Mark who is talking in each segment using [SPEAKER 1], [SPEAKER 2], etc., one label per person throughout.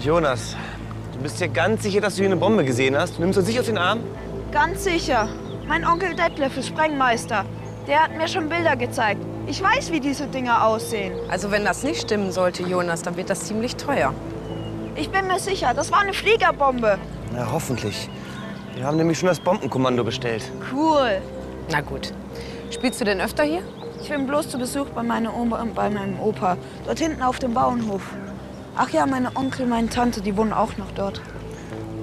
[SPEAKER 1] Jonas, du bist dir ganz sicher, dass du hier eine Bombe gesehen hast? Du nimmst uns nicht auf den Arm?
[SPEAKER 2] Ganz sicher. Mein Onkel Detlef ist Sprengmeister. Der hat mir schon Bilder gezeigt. Ich weiß, wie diese Dinger aussehen.
[SPEAKER 3] Also wenn das nicht stimmen sollte, Jonas, dann wird das ziemlich teuer.
[SPEAKER 2] Ich bin mir sicher, das war eine Fliegerbombe.
[SPEAKER 1] Na, hoffentlich. Wir haben nämlich schon das Bombenkommando bestellt.
[SPEAKER 2] Cool.
[SPEAKER 3] Na gut. Spielst du denn öfter hier?
[SPEAKER 2] Ich bin bloß zu Besuch bei meiner Oma und bei meinem Opa. Dort hinten auf dem Bauernhof. Ach ja, meine Onkel, meine Tante, die wohnen auch noch dort.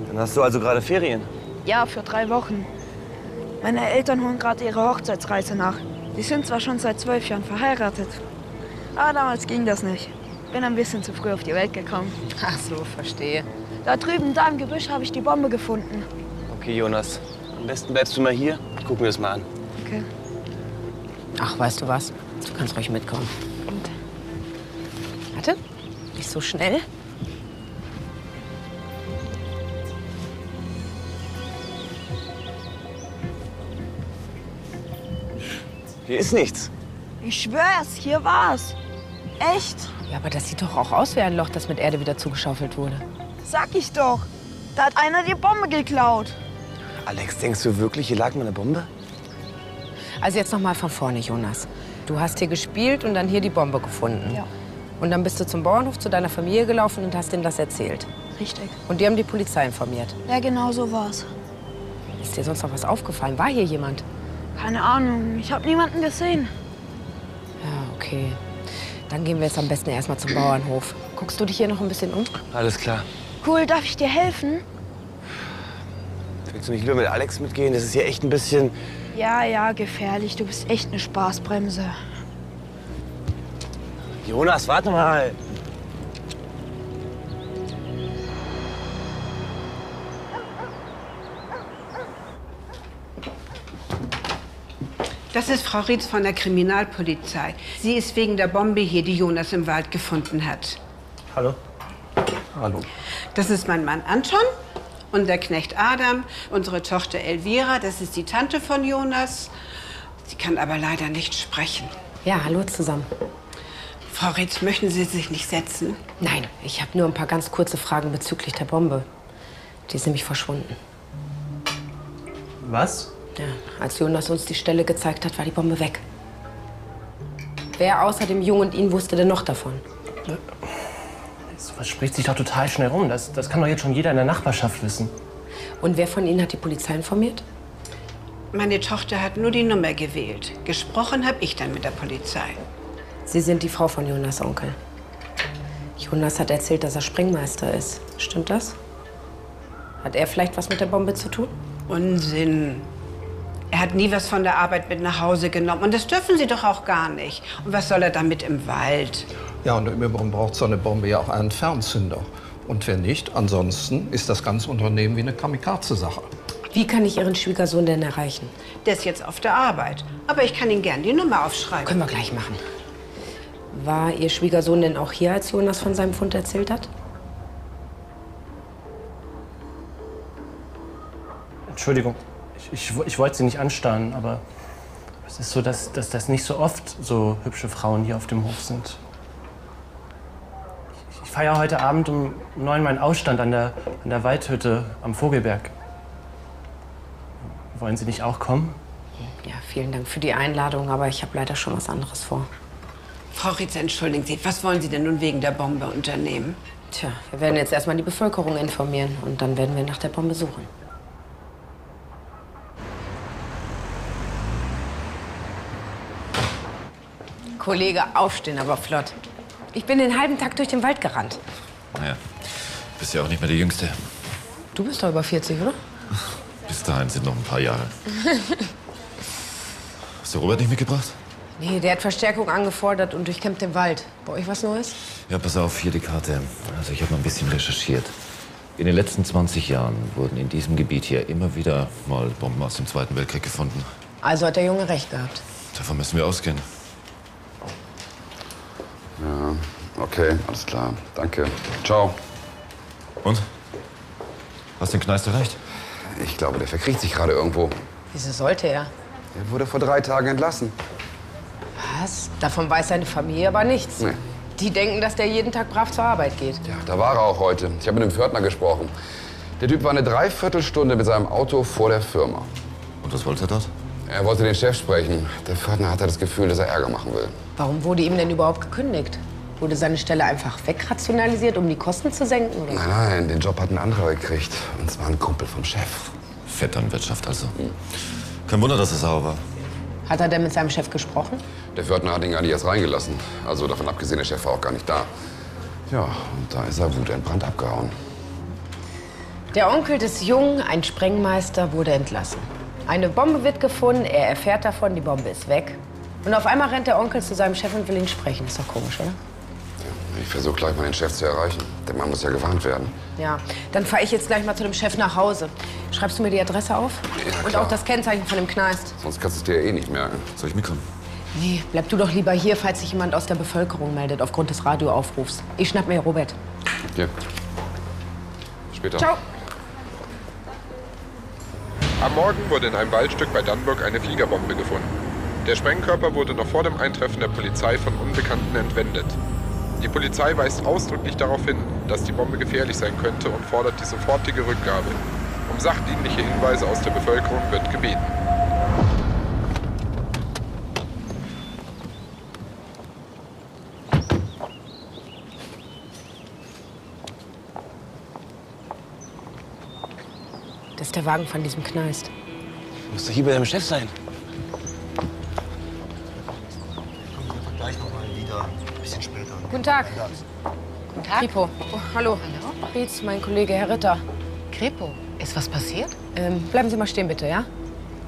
[SPEAKER 1] Dann hast du also gerade Ferien.
[SPEAKER 2] Ja, für drei Wochen. Meine Eltern holen gerade ihre Hochzeitsreise nach. Die sind zwar schon seit zwölf Jahren verheiratet, aber damals ging das nicht. Bin ein bisschen zu früh auf die Welt gekommen.
[SPEAKER 3] Ach so, verstehe.
[SPEAKER 2] Da drüben, da im Gebüsch, habe ich die Bombe gefunden.
[SPEAKER 1] Okay, Jonas. Am besten bleibst du mal hier. Gucken wir das mal an.
[SPEAKER 2] Okay.
[SPEAKER 3] Ach, weißt du was? Du kannst ruhig mitkommen. Und? Warte, nicht so schnell.
[SPEAKER 1] Hier ist nichts.
[SPEAKER 2] Ich schwör's, hier war's. Echt?
[SPEAKER 3] Ja, aber das sieht doch auch aus wie ein Loch, das mit Erde wieder zugeschaufelt wurde.
[SPEAKER 2] Sag ich doch. Da hat einer die Bombe geklaut.
[SPEAKER 1] Alex, denkst du wirklich, hier lag mal eine Bombe?
[SPEAKER 3] Also jetzt noch mal von vorne, Jonas. Du hast hier gespielt und dann hier die Bombe gefunden.
[SPEAKER 2] Ja.
[SPEAKER 3] Und dann bist du zum Bauernhof zu deiner Familie gelaufen und hast denen das erzählt.
[SPEAKER 2] Richtig.
[SPEAKER 3] Und die haben die Polizei informiert.
[SPEAKER 2] Ja, genau so war's.
[SPEAKER 3] Ist dir sonst noch was aufgefallen? War hier jemand?
[SPEAKER 2] Keine Ahnung, ich habe niemanden gesehen.
[SPEAKER 3] Ja, Ah, okay. Dann gehen wir jetzt am besten erstmal zum Bauernhof. Guckst du dich hier noch ein bisschen um?
[SPEAKER 1] Alles klar.
[SPEAKER 2] Cool, darf ich dir helfen?
[SPEAKER 1] Willst du nicht lieber mit Alex mitgehen? Das ist hier echt ein bisschen.
[SPEAKER 2] Ja, ja, gefährlich. Du bist echt eine Spaßbremse.
[SPEAKER 1] Jonas, warte mal.
[SPEAKER 4] Das ist Frau Rietz von der Kriminalpolizei. Sie ist wegen der Bombe hier, die Jonas im Wald gefunden hat.
[SPEAKER 5] Hallo. Hallo.
[SPEAKER 4] Das ist mein Mann Anton, unser Knecht Adam, unsere Tochter Elvira. Das ist die Tante von Jonas. Sie kann aber leider nicht sprechen.
[SPEAKER 3] Ja, hallo zusammen.
[SPEAKER 4] Frau Rietz, möchten Sie sich nicht setzen?
[SPEAKER 3] Nein, ich habe nur ein paar ganz kurze Fragen bezüglich der Bombe. Die ist nämlich verschwunden.
[SPEAKER 5] Was?
[SPEAKER 3] Ja, als Jonas uns die Stelle gezeigt hat, war die Bombe weg. Wer außer dem Jungen und ihn wusste denn noch davon?
[SPEAKER 5] Das verspricht sich doch total schnell rum. Das, das kann doch jetzt schon jeder in der Nachbarschaft wissen.
[SPEAKER 3] Und wer von ihnen hat die Polizei informiert?
[SPEAKER 4] Meine Tochter hat nur die Nummer gewählt. Gesprochen habe ich dann mit der Polizei.
[SPEAKER 3] Sie sind die Frau von Jonas Onkel. Jonas hat erzählt, dass er Sprengmeister ist. Stimmt das? Hat er vielleicht was mit der Bombe zu tun?
[SPEAKER 4] Unsinn. Er hat nie was von der Arbeit mit nach Hause genommen. Und das dürfen Sie doch auch gar nicht. Und was soll er damit im Wald?
[SPEAKER 6] Ja, und im Übrigen braucht so eine Bombe ja auch einen Fernzünder. Und wenn nicht, ansonsten ist das ganze Unternehmen wie eine Kamikaze-Sache.
[SPEAKER 3] Wie kann ich Ihren Schwiegersohn denn erreichen?
[SPEAKER 4] Der ist jetzt auf der Arbeit. Aber ich kann Ihnen gern die Nummer aufschreiben.
[SPEAKER 3] Können wir gleich machen. War Ihr Schwiegersohn denn auch hier, als Jonas von seinem Fund erzählt hat?
[SPEAKER 5] Entschuldigung, ich, ich, wo- ich wollte Sie nicht anstarren, aber es ist so, dass, dass das nicht so oft so hübsche Frauen hier auf dem Hof sind. Ich, ich feiere heute Abend um neun meinen Ausstand an der, an der Waldhütte am Vogelberg. Wollen Sie nicht auch kommen?
[SPEAKER 3] Ja, vielen Dank für die Einladung, aber ich habe leider schon was anderes vor.
[SPEAKER 4] Frau Ritze, entschuldigen Sie, was wollen Sie denn nun wegen der Bombe unternehmen?
[SPEAKER 3] Tja, wir werden jetzt erstmal die Bevölkerung informieren und dann werden wir nach der Bombe suchen. Kollege, aufstehen, aber flott. Ich bin den halben Tag durch den Wald gerannt.
[SPEAKER 7] Naja, bist ja auch nicht mehr die Jüngste.
[SPEAKER 3] Du bist doch über 40, oder?
[SPEAKER 7] Bis dahin sind noch ein paar Jahre. Hast du Robert nicht mitgebracht?
[SPEAKER 3] Nee, der hat Verstärkung angefordert und durchkämmt den Wald. Bei euch was Neues?
[SPEAKER 7] Ja, pass auf, hier die Karte. Also ich habe mal ein bisschen recherchiert. In den letzten 20 Jahren wurden in diesem Gebiet hier immer wieder mal Bomben aus dem Zweiten Weltkrieg gefunden.
[SPEAKER 3] Also hat der Junge recht gehabt.
[SPEAKER 7] Davon müssen wir ausgehen.
[SPEAKER 8] Ja, okay, alles klar. Danke. Ciao.
[SPEAKER 7] Und? Hast den Kneist erreicht?
[SPEAKER 8] Ich glaube, der verkriecht sich gerade irgendwo.
[SPEAKER 3] Wieso sollte er?
[SPEAKER 8] Er wurde vor drei Tagen entlassen.
[SPEAKER 3] Was? Davon weiß seine Familie aber nichts.
[SPEAKER 8] Nee.
[SPEAKER 3] Die denken, dass der jeden Tag brav zur Arbeit geht.
[SPEAKER 8] Ja, da war er auch heute. Ich habe mit dem Pförtner gesprochen. Der Typ war eine Dreiviertelstunde mit seinem Auto vor der Firma.
[SPEAKER 7] Und was wollte er dort?
[SPEAKER 8] Er wollte den Chef sprechen. Der Pförtner hatte das Gefühl, dass er Ärger machen will.
[SPEAKER 3] Warum wurde ihm denn überhaupt gekündigt? Wurde seine Stelle einfach wegrationalisiert, um die Kosten zu senken? Oder?
[SPEAKER 8] Nein, nein, den Job hat ein anderer gekriegt. Und zwar ein Kumpel vom Chef.
[SPEAKER 7] Vetternwirtschaft also. Kein Wunder, dass er sauer war.
[SPEAKER 3] Hat er denn mit seinem Chef gesprochen?
[SPEAKER 8] Der Pförtner hat ihn gar nicht erst reingelassen. Also davon abgesehen, der Chef war auch gar nicht da. Ja, und da ist er wutentbrannt abgehauen.
[SPEAKER 3] Der Onkel des Jungen, ein Sprengmeister, wurde entlassen. Eine Bombe wird gefunden, er erfährt davon, die Bombe ist weg. Und auf einmal rennt der Onkel zu seinem Chef und will ihn sprechen. Ist doch komisch, oder?
[SPEAKER 8] Ich versuche gleich mal den Chef zu erreichen. Der Mann muss ja gewarnt werden.
[SPEAKER 3] Ja, dann fahre ich jetzt gleich mal zu dem Chef nach Hause. Schreibst du mir die Adresse auf?
[SPEAKER 8] Ja,
[SPEAKER 3] und
[SPEAKER 8] klar.
[SPEAKER 3] auch das Kennzeichen von dem Kneist.
[SPEAKER 8] Sonst kannst du es dir ja eh nicht merken.
[SPEAKER 7] Soll ich mitkommen?
[SPEAKER 3] Nee, bleib du doch lieber hier, falls sich jemand aus der Bevölkerung meldet aufgrund des Radioaufrufs. Ich schnapp mir Robert.
[SPEAKER 8] Hier. Später.
[SPEAKER 3] Ciao.
[SPEAKER 9] Am Morgen wurde in einem Waldstück bei Dannburg eine Fliegerbombe gefunden. Der Sprengkörper wurde noch vor dem Eintreffen der Polizei von Unbekannten entwendet. Die Polizei weist ausdrücklich darauf hin, dass die Bombe gefährlich sein könnte und fordert die sofortige Rückgabe. Um sachdienliche Hinweise aus der Bevölkerung wird gebeten.
[SPEAKER 3] Das ist der Wagen von diesem Kneist.
[SPEAKER 1] Muss doch hier bei deinem Chef sein.
[SPEAKER 3] Guten Tag. Guten Tag. Kripo. Oh, hallo. Hallo. Rietz, mein Kollege Herr Ritter.
[SPEAKER 10] Kripo, ist was passiert?
[SPEAKER 3] Ähm, bleiben Sie mal stehen, bitte, ja?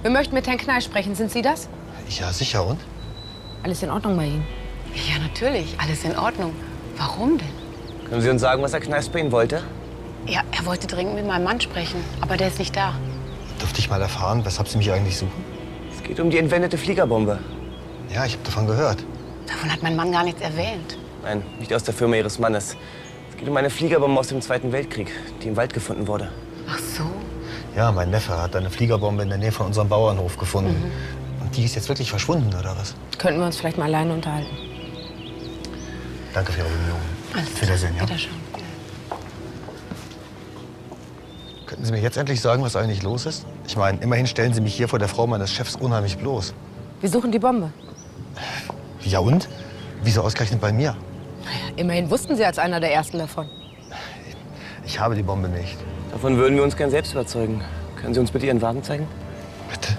[SPEAKER 3] Wir möchten mit Herrn Kneist sprechen. Sind Sie das?
[SPEAKER 11] Ja, sicher und?
[SPEAKER 3] Alles in Ordnung bei Ihnen?
[SPEAKER 10] Ja, natürlich, alles in Ordnung. Warum denn?
[SPEAKER 1] Können Sie uns sagen, was der Kneist bei Ihnen wollte?
[SPEAKER 10] Ja, er wollte dringend mit meinem Mann sprechen, aber der ist nicht da.
[SPEAKER 11] Dürfte ich mal erfahren, weshalb Sie mich eigentlich suchen?
[SPEAKER 1] Es geht um die entwendete Fliegerbombe.
[SPEAKER 11] Ja, ich habe davon gehört.
[SPEAKER 10] Davon hat mein Mann gar nichts erwähnt.
[SPEAKER 1] Nein, nicht aus der Firma Ihres Mannes. Es geht um eine Fliegerbombe aus dem Zweiten Weltkrieg, die im Wald gefunden wurde.
[SPEAKER 10] Ach so.
[SPEAKER 11] Ja, mein Neffe hat eine Fliegerbombe in der Nähe von unserem Bauernhof gefunden. Und die ist jetzt wirklich verschwunden, oder was?
[SPEAKER 3] Könnten wir uns vielleicht mal alleine unterhalten?
[SPEAKER 11] Danke für Ihre Bemühungen.
[SPEAKER 10] Alles
[SPEAKER 11] Auf Wiedersehen, ja.
[SPEAKER 10] klar. Wiederschauen.
[SPEAKER 11] Könnten Sie mir jetzt endlich sagen, was eigentlich los ist? Ich meine, immerhin stellen Sie mich hier vor der Frau meines Chefs unheimlich bloß.
[SPEAKER 3] Wir suchen die Bombe.
[SPEAKER 11] Ja und? Wieso ausgerechnet bei mir?
[SPEAKER 3] Immerhin wussten Sie als einer der Ersten davon.
[SPEAKER 11] Ich habe die Bombe nicht.
[SPEAKER 1] Davon würden wir uns gern selbst überzeugen. Können Sie uns bitte Ihren Wagen zeigen?
[SPEAKER 11] Bitte.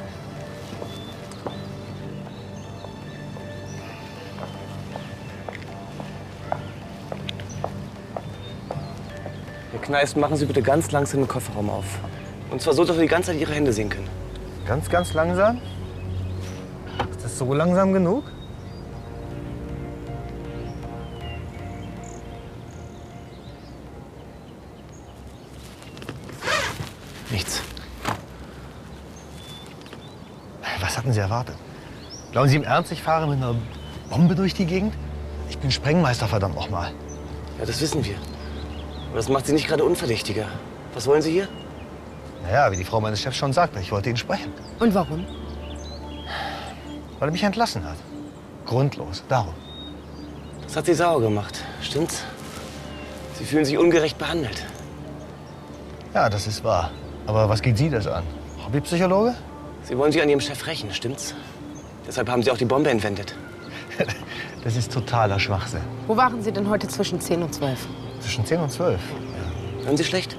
[SPEAKER 1] Herr Kneist, machen Sie bitte ganz langsam den Kofferraum auf. Und zwar so, dass wir die ganze Zeit Ihre Hände sehen können.
[SPEAKER 11] Ganz, ganz langsam? Ist das so langsam genug?
[SPEAKER 1] Nichts.
[SPEAKER 11] Was hatten Sie erwartet? Glauben Sie im Ernst, ich fahre mit einer Bombe durch die Gegend? Ich bin Sprengmeister, verdammt nochmal.
[SPEAKER 1] Ja, das wissen wir. Aber das macht Sie nicht gerade unverdächtiger. Was wollen Sie hier?
[SPEAKER 11] Naja, wie die Frau meines Chefs schon sagte, ich wollte ihn sprechen,
[SPEAKER 3] Und warum?
[SPEAKER 11] weil er mich entlassen hat. Grundlos, darum.
[SPEAKER 1] Das hat Sie sauer gemacht, stimmt's? Sie fühlen sich ungerecht behandelt.
[SPEAKER 11] Ja, das ist wahr. Aber was geht Sie das an? Hobbypsychologe?
[SPEAKER 1] Sie wollen sich an Ihrem Chef rächen, stimmt's? Deshalb haben Sie auch die Bombe entwendet.
[SPEAKER 11] Das ist totaler Schwachsinn.
[SPEAKER 3] Wo waren Sie denn heute zwischen 10 und 12?
[SPEAKER 11] Zwischen 10 und 12.
[SPEAKER 1] Hören Sie schlecht?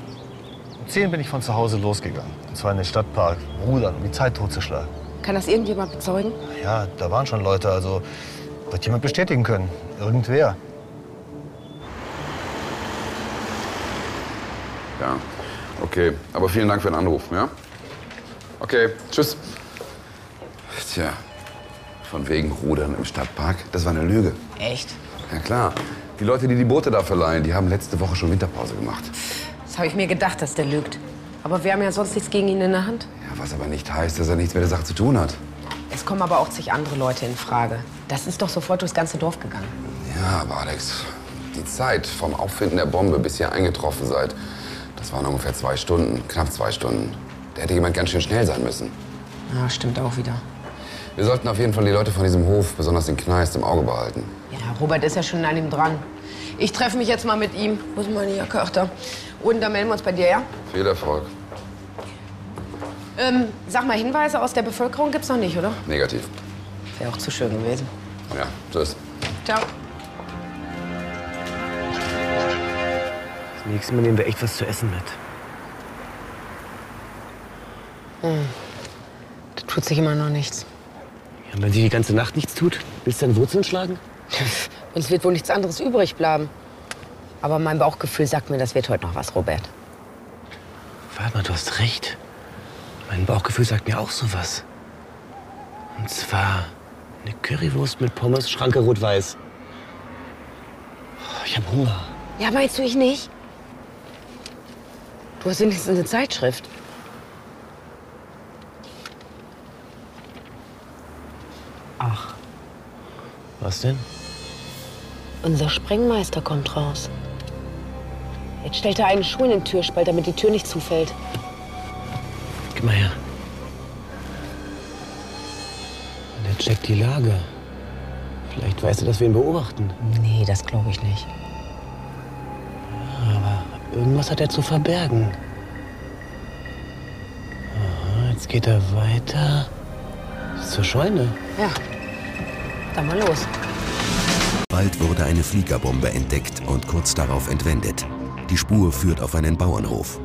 [SPEAKER 11] Um 10 bin ich von zu Hause losgegangen. Und zwar in den Stadtpark, rudern, um die Zeit totzuschlagen.
[SPEAKER 3] Kann das irgendjemand bezeugen?
[SPEAKER 11] Ja, da waren schon Leute, also wird jemand bestätigen können. Irgendwer.
[SPEAKER 8] Ja. Okay, aber vielen Dank für den Anruf, ja? Okay, tschüss. Tja, von wegen Rudern im Stadtpark, das war eine Lüge.
[SPEAKER 10] Echt?
[SPEAKER 8] Ja klar, die Leute, die die Boote da verleihen, die haben letzte Woche schon Winterpause gemacht.
[SPEAKER 3] Das habe ich mir gedacht, dass der lügt. Aber wir haben ja sonst nichts gegen ihn in der Hand.
[SPEAKER 8] Ja, was aber nicht heißt, dass er nichts mit der Sache zu tun hat.
[SPEAKER 3] Es kommen aber auch zig andere Leute in Frage. Das ist doch sofort durchs ganze Dorf gegangen.
[SPEAKER 8] Ja, aber Alex, die Zeit vom Auffinden der Bombe, bis ihr eingetroffen seid, das waren ungefähr zwei Stunden, knapp zwei Stunden. Da hätte jemand ganz schön schnell sein müssen.
[SPEAKER 3] Ja, stimmt auch wieder.
[SPEAKER 8] Wir sollten auf jeden Fall die Leute von diesem Hof, besonders den Kneist, im Auge behalten.
[SPEAKER 3] Ja, Robert ist ja schon an ihm dran. Ich treffe mich jetzt mal mit ihm. Wo ist meine Jacke? Ach, da. Und dann melden wir uns bei dir, ja?
[SPEAKER 8] Viel Erfolg.
[SPEAKER 3] Ähm, sag mal, Hinweise aus der Bevölkerung gibt's noch nicht, oder?
[SPEAKER 8] Negativ.
[SPEAKER 3] Wäre auch zu schön gewesen.
[SPEAKER 8] Ja, tschüss.
[SPEAKER 3] Ciao.
[SPEAKER 1] Das nächste Mal nehmen wir echt was zu essen mit.
[SPEAKER 3] Hm. Da tut sich immer noch nichts.
[SPEAKER 1] Ja, und wenn sie die ganze Nacht nichts tut, willst du dann Wurzeln schlagen?
[SPEAKER 3] Uns wird wohl nichts anderes übrig bleiben. Aber mein Bauchgefühl sagt mir, das wird heute noch was, Robert.
[SPEAKER 1] Warte mal, du hast recht. Mein Bauchgefühl sagt mir auch sowas. Und zwar eine Currywurst mit Pommes, Schranke rot-weiß. Oh, Ich habe Hunger.
[SPEAKER 3] Ja, meinst du ich nicht? Du hast wenigstens eine Zeitschrift.
[SPEAKER 1] Ach. Was denn?
[SPEAKER 3] Unser Sprengmeister kommt raus. Jetzt stellt er einen Schuh in den Türspalt, damit die Tür nicht zufällt.
[SPEAKER 1] Gib mal her. Und er checkt die Lage. Vielleicht weißt du, dass wir ihn beobachten.
[SPEAKER 3] Nee, das glaube ich nicht.
[SPEAKER 1] Aber irgendwas hat er zu verbergen. Aha, jetzt geht er weiter zur Scheune.
[SPEAKER 3] Ja. Dann mal los.
[SPEAKER 12] Bald wurde eine Fliegerbombe entdeckt und kurz darauf entwendet. Die Spur führt auf einen Bauernhof.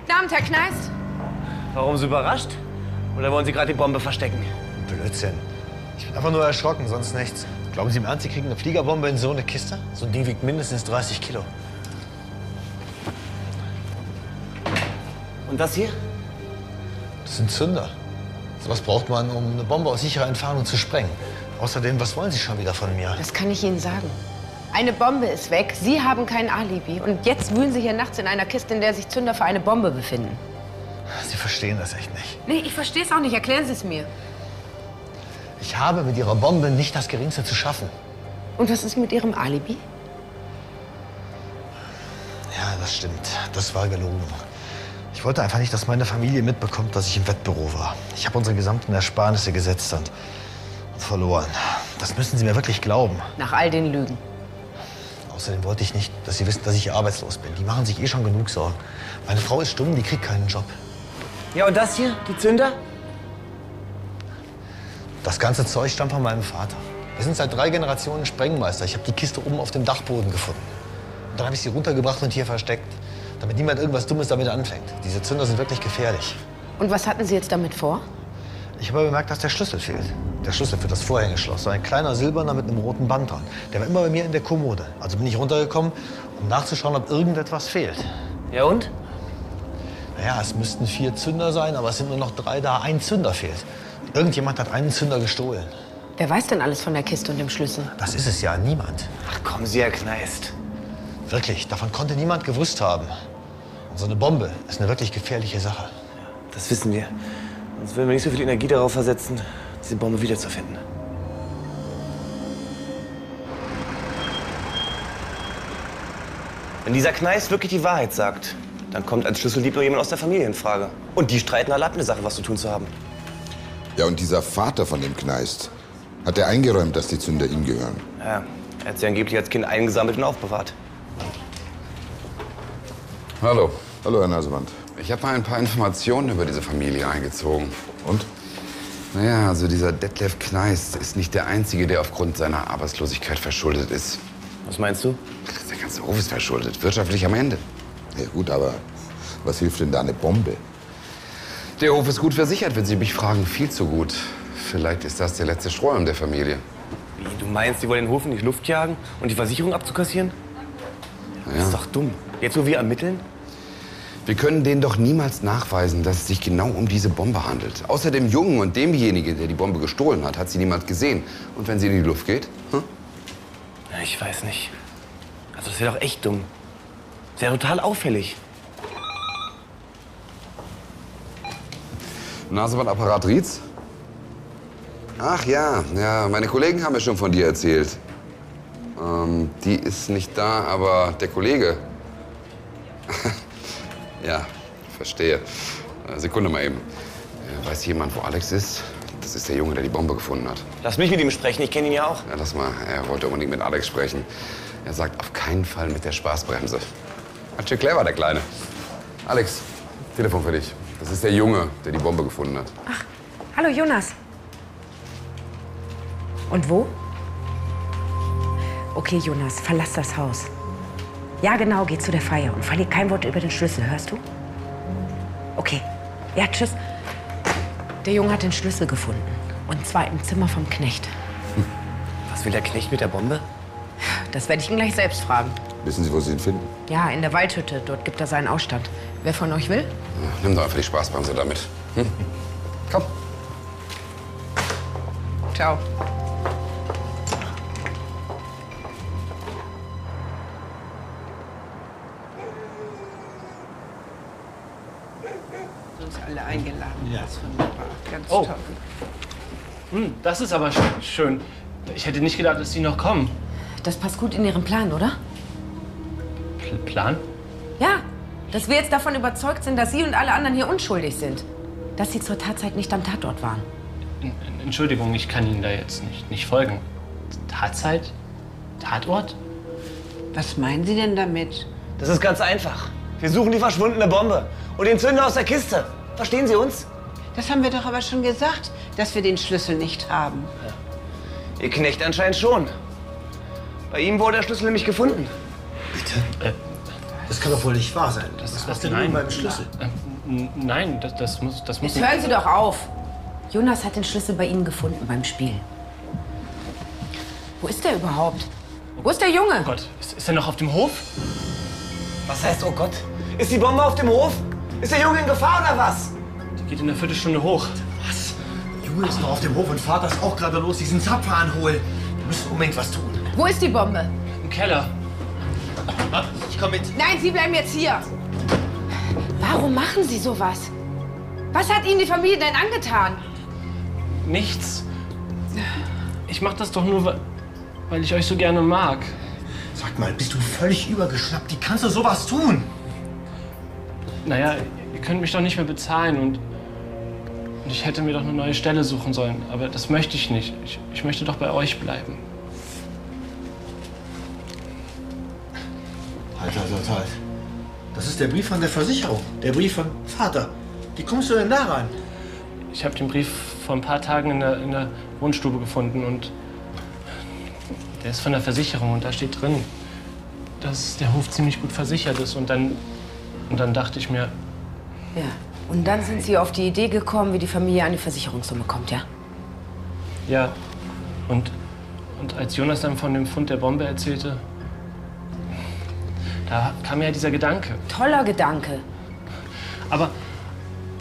[SPEAKER 3] Guten Abend, Herr Kneist.
[SPEAKER 1] Warum so überrascht? Oder wollen Sie gerade die Bombe verstecken?
[SPEAKER 11] Blödsinn. Ich bin einfach nur erschrocken, sonst nichts. Glauben Sie im Ernst, Sie kriegen eine Fliegerbombe in so eine Kiste? So ein Ding wiegt mindestens 30 Kilo.
[SPEAKER 1] Und das hier?
[SPEAKER 11] Das sind Zünder. Sowas braucht man, um eine Bombe aus sicherer Entfernung zu sprengen. Außerdem, was wollen Sie schon wieder von mir?
[SPEAKER 3] Das kann ich Ihnen sagen. Eine Bombe ist weg, Sie haben kein Alibi. Und jetzt wühlen Sie hier nachts in einer Kiste, in der sich Zünder für eine Bombe befinden.
[SPEAKER 11] Sie verstehen das echt nicht.
[SPEAKER 3] Nee, ich verstehe es auch nicht. Erklären Sie es mir.
[SPEAKER 11] Ich habe mit Ihrer Bombe nicht das Geringste zu schaffen.
[SPEAKER 3] Und was ist mit Ihrem Alibi?
[SPEAKER 11] Ja, das stimmt. Das war gelogen. Ich wollte einfach nicht, dass meine Familie mitbekommt, dass ich im Wettbüro war. Ich habe unsere gesamten Ersparnisse gesetzt und verloren. Das müssen Sie mir wirklich glauben.
[SPEAKER 3] Nach all den Lügen.
[SPEAKER 11] Außerdem wollte ich nicht, dass Sie wissen, dass ich arbeitslos bin. Die machen sich eh schon genug Sorgen. Meine Frau ist stumm, die kriegt keinen Job.
[SPEAKER 1] Ja, und das hier? Die Zünder?
[SPEAKER 11] Das ganze Zeug stammt von meinem Vater. Wir sind seit drei Generationen Sprengmeister. Ich habe die Kiste oben auf dem Dachboden gefunden. Und dann habe ich sie runtergebracht und hier versteckt, damit niemand irgendwas Dummes damit anfängt. Diese Zünder sind wirklich gefährlich.
[SPEAKER 3] Und was hatten Sie jetzt damit vor?
[SPEAKER 11] Ich habe bemerkt, dass der Schlüssel fehlt. Der Schlüssel für das Vorhängeschloss. So ein kleiner silberner mit einem roten Band dran. Der war immer bei mir in der Kommode. Also bin ich runtergekommen, um nachzuschauen, ob irgendetwas fehlt.
[SPEAKER 1] Ja und?
[SPEAKER 11] Naja, es müssten vier Zünder sein, aber es sind nur noch drei da. Ein Zünder fehlt. Irgendjemand hat einen Zünder gestohlen.
[SPEAKER 3] Wer weiß denn alles von der Kiste und dem Schlüssel?
[SPEAKER 11] Das ist es ja, niemand.
[SPEAKER 1] Ach komm, Sie, Herr Kneist.
[SPEAKER 11] Wirklich, davon konnte niemand gewusst haben. Und so eine Bombe ist eine wirklich gefährliche Sache.
[SPEAKER 1] Das wissen wir. Sonst würden wir nicht so viel Energie darauf versetzen, diese Bombe wiederzufinden. Wenn dieser Kneist wirklich die Wahrheit sagt, dann kommt als Schlüsseldieb nur jemand aus der Familie in Frage. Und die streiten alle ab, eine Sache was zu tun zu haben.
[SPEAKER 13] Ja, und dieser Vater von dem Kneist, hat er eingeräumt, dass die Zünder ihm gehören?
[SPEAKER 1] Ja, er hat sie angeblich als Kind eingesammelt und aufbewahrt.
[SPEAKER 8] Hallo.
[SPEAKER 13] Hallo, Herr Naseband.
[SPEAKER 8] Ich habe mal ein paar Informationen über diese Familie eingezogen.
[SPEAKER 13] Und?
[SPEAKER 8] Naja, also dieser Detlef Kneist ist nicht der Einzige, der aufgrund seiner Arbeitslosigkeit verschuldet ist.
[SPEAKER 1] Was meinst du?
[SPEAKER 8] Der ganze Hof ist verschuldet, wirtschaftlich am Ende.
[SPEAKER 13] Ja gut, aber was hilft denn da eine Bombe?
[SPEAKER 8] Der Hof ist gut versichert, wenn Sie mich fragen. Viel zu gut. Vielleicht ist das der letzte Streuum der Familie.
[SPEAKER 1] Wie, du meinst, die wollen den Hof in die Luft jagen und die Versicherung abzukassieren? Das
[SPEAKER 8] Ja.
[SPEAKER 1] ist doch dumm. Jetzt, wo wir ermitteln?
[SPEAKER 8] Wir können denen doch niemals nachweisen, dass es sich genau um diese Bombe handelt. Außer dem Jungen und demjenigen, der die Bombe gestohlen hat, hat sie niemand gesehen. Und wenn sie in die Luft geht? Hm?
[SPEAKER 1] Ja, Ich weiß nicht. Also, das wäre doch echt dumm. Das wäre total auffällig.
[SPEAKER 8] Nasebandapparat Rietz? Ach ja, ja, meine Kollegen haben mir schon von dir erzählt. Ähm, die ist nicht da, aber der Kollege. ja, verstehe. Äh, Sekunde mal eben. Äh, Weiß jemand, wo Alex ist? Das ist der Junge, der die Bombe gefunden hat.
[SPEAKER 1] Lass mich mit ihm sprechen, ich kenne ihn ja auch.
[SPEAKER 8] Ja, lass mal. Er wollte unbedingt mit Alex sprechen. Er sagt, auf keinen Fall mit der Spaßbremse. Ganz schön clever, der Kleine. Alex, Telefon für dich. Das ist der Junge, der die Bombe gefunden hat.
[SPEAKER 3] Hallo Jonas. Und wo? Okay, Jonas, verlass das Haus. Ja, genau, geh zu der Feier und verlier kein Wort über den Schlüssel, hörst du? Okay. Ja, tschüss. Der Junge hat den Schlüssel gefunden. Und zwar im Zimmer vom Knecht.
[SPEAKER 1] Hm. Was will der Knecht mit der Bombe?
[SPEAKER 3] Das werde ich ihn gleich selbst fragen.
[SPEAKER 13] Wissen Sie, wo Sie ihn finden?
[SPEAKER 3] Ja, in der Waldhütte. Dort gibt er seinen Ausstand. Wer von euch will?
[SPEAKER 8] Ja, Hm, Nimm doch einfach die Spaßbremse damit. Hm?
[SPEAKER 3] Ciao.
[SPEAKER 4] Uns alle eingeladen.
[SPEAKER 5] Ja.
[SPEAKER 4] Das ist wunderbar. Ganz
[SPEAKER 5] Oh.
[SPEAKER 4] toll.
[SPEAKER 5] Hm, das ist aber sch- schön. Ich hätte nicht gedacht, dass die noch kommen.
[SPEAKER 3] Das passt gut in Ihren Plan, oder?
[SPEAKER 5] Pl Plan?
[SPEAKER 3] Ja, dass wir jetzt davon überzeugt sind, dass Sie und alle anderen hier unschuldig sind. Dass Sie zur Tatzeit nicht am Tatort waren.
[SPEAKER 5] En- en- Entschuldigung, ich kann Ihnen da jetzt nicht, nicht folgen. Tatzeit? Tatort?
[SPEAKER 4] Was meinen Sie denn damit?
[SPEAKER 1] Das ist ganz einfach. Wir suchen die verschwundene Bombe und den Zünder aus der Kiste. Verstehen Sie uns?
[SPEAKER 4] Das haben wir doch aber schon gesagt, dass wir den Schlüssel nicht haben.
[SPEAKER 1] Ihr Knecht anscheinend schon. Bei ihm wurde der Schlüssel nämlich gefunden.
[SPEAKER 5] Das kann doch wohl nicht wahr sein. Äh, Das ist was
[SPEAKER 1] denn nun beim Schlüssel?
[SPEAKER 5] Nein, das, das muss. Das muss
[SPEAKER 3] Jetzt hören Sie doch auf. Jonas hat den Schlüssel bei Ihnen gefunden beim Spiel. Wo ist der überhaupt? Wo ist der Junge? Oh
[SPEAKER 5] Gott, ist, ist er noch auf dem Hof?
[SPEAKER 1] Was heißt, oh Gott? Ist die Bombe auf dem Hof? Ist der Junge in Gefahr oder was?
[SPEAKER 5] Die geht in der Viertelstunde hoch.
[SPEAKER 11] Was? Junge ist noch auf dem Hof und Vater ist auch gerade los, diesen Zapfhahn holen. Wir müssen unbedingt was tun.
[SPEAKER 3] Wo ist die Bombe?
[SPEAKER 5] Im Keller.
[SPEAKER 11] Ich komme mit.
[SPEAKER 3] Nein, Sie bleiben jetzt hier. Warum machen Sie sowas? Was hat Ihnen die Familie denn angetan?
[SPEAKER 5] Nichts. Ich mach das doch nur, weil- weil ich euch so gerne mag.
[SPEAKER 11] Sag mal, bist du völlig übergeschnappt? Wie kannst du sowas tun?
[SPEAKER 5] Naja, ihr könnt mich doch nicht mehr bezahlen und. Und ich hätte mir doch eine neue Stelle suchen sollen. Aber das möchte ich nicht. Ich, ich möchte doch bei euch bleiben.
[SPEAKER 11] Halt, halt, halt, halt. Das ist der Brief von der Versicherung. Der Brief von Vater. Wie kommst du denn da rein?
[SPEAKER 5] Ich habe den Brief vor ein paar Tagen in der, in der Wohnstube gefunden und der ist von der Versicherung und da steht drin, dass der Hof ziemlich gut versichert ist und dann, und dann dachte ich mir,
[SPEAKER 3] Ja. Und dann sind Sie auf die Idee gekommen, wie die Familie an die Versicherungssumme kommt, ja?
[SPEAKER 5] ja. Und, und als Jonas dann von dem Fund der Bombe erzählte, da kam ja dieser Gedanke.
[SPEAKER 3] Toller Gedanke.
[SPEAKER 5] Aber,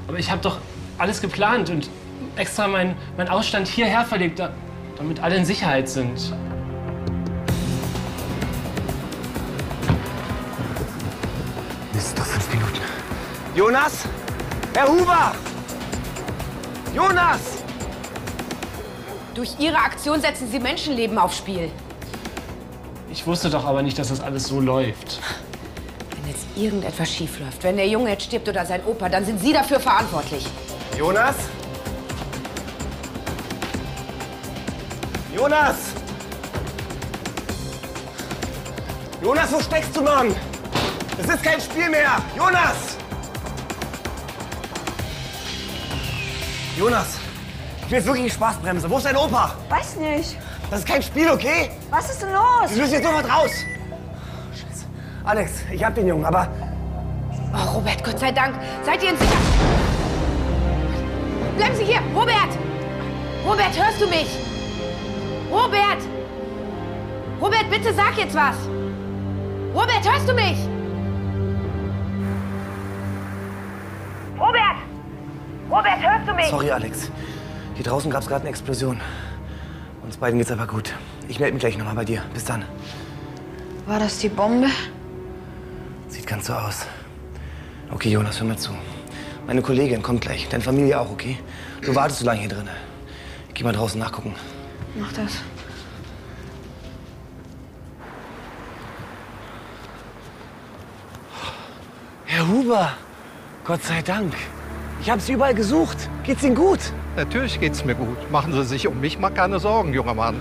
[SPEAKER 5] aber ich habe doch alles geplant und extra meinen mein Ausstand hierher verlegt, da, damit alle in Sicherheit sind.
[SPEAKER 1] Mist, noch fünf Minuten. Jonas? Herr Huber! Jonas!
[SPEAKER 3] Durch Ihre Aktion setzen Sie Menschenleben aufs Spiel.
[SPEAKER 5] Ich wusste doch aber nicht, dass das alles so läuft.
[SPEAKER 3] Wenn jetzt irgendetwas schiefläuft, wenn der Junge jetzt stirbt oder sein Opa, dann sind Sie dafür verantwortlich.
[SPEAKER 1] Jonas? Jonas! Jonas, wo steckst du, Mann? Es ist kein Spiel mehr! Jonas! Jonas, du bist wirklich die Spaßbremse. Wo ist dein Opa?
[SPEAKER 2] Weiß nicht.
[SPEAKER 1] Das ist kein Spiel, okay?
[SPEAKER 2] Was ist denn los?
[SPEAKER 1] Wir müssen jetzt sofort raus! Scheiße. Alex, ich hab den Jungen, aber
[SPEAKER 3] Oh, Robert, Gott sei Dank. Seid ihr in Sicherheit? Bleiben Sie hier, Robert! Robert, hörst du mich? Robert! Robert, bitte sag jetzt was! Robert, hörst du mich? Robert! Robert, hörst du mich?
[SPEAKER 1] Sorry, Alex. Hier draußen gab es gerade eine Explosion. Uns beiden geht's aber gut. Ich melde mich gleich nochmal bei dir. Bis dann.
[SPEAKER 2] War das die Bombe?
[SPEAKER 1] Sieht ganz so aus. Okay, Jonas, hör mal zu.
[SPEAKER 14] Meine Kollegin kommt gleich. Deine Familie auch, okay? Du wartest so lange hier drin. Ich geh mal draußen nachgucken.
[SPEAKER 2] Mach das.
[SPEAKER 1] Herr Huber, Gott sei Dank. Ich habe Sie überall gesucht. Geht's Ihnen gut?
[SPEAKER 6] Natürlich geht's mir gut. Machen Sie sich um mich mal keine Sorgen, junger Mann.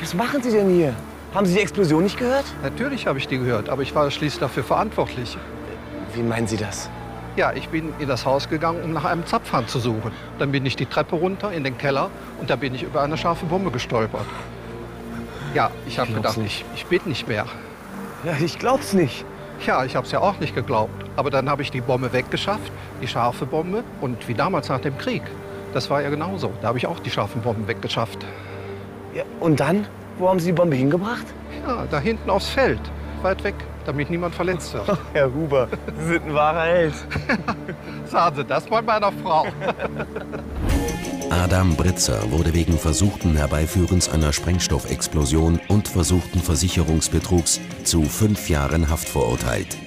[SPEAKER 1] Was machen Sie denn hier? Haben Sie die Explosion nicht gehört?
[SPEAKER 6] Natürlich habe ich die gehört, aber ich war schließlich dafür verantwortlich.
[SPEAKER 1] Wie meinen Sie das?
[SPEAKER 6] Ja, ich bin in das Haus gegangen, um nach einem Zapfhahn zu suchen. Dann bin ich die Treppe runter in den Keller und da bin ich über eine scharfe Bombe gestolpert. Ja, ich habe
[SPEAKER 1] glaub's
[SPEAKER 6] gedacht,
[SPEAKER 1] nicht.
[SPEAKER 6] ich bin nicht mehr.
[SPEAKER 1] Ja, ich glaub's nicht.
[SPEAKER 6] Ja, ich hab's ja auch nicht geglaubt. Aber dann habe ich die Bombe weggeschafft, die scharfe Bombe und wie damals nach dem Krieg. Das war ja genauso. Da habe ich auch die scharfen Bomben weggeschafft.
[SPEAKER 1] Ja, und dann? Wo haben Sie die Bombe hingebracht?
[SPEAKER 6] Ja, da hinten aufs Feld, weit weg, damit niemand verletzt wird.
[SPEAKER 1] Herr Huber, Sie sind ein wahrer Held.
[SPEAKER 6] Sagen Sie das mal meiner Frau.
[SPEAKER 12] Adam Britzer wurde wegen versuchten Herbeiführens einer Sprengstoffexplosion und versuchten Versicherungsbetrugs zu fünf Jahren Haft verurteilt.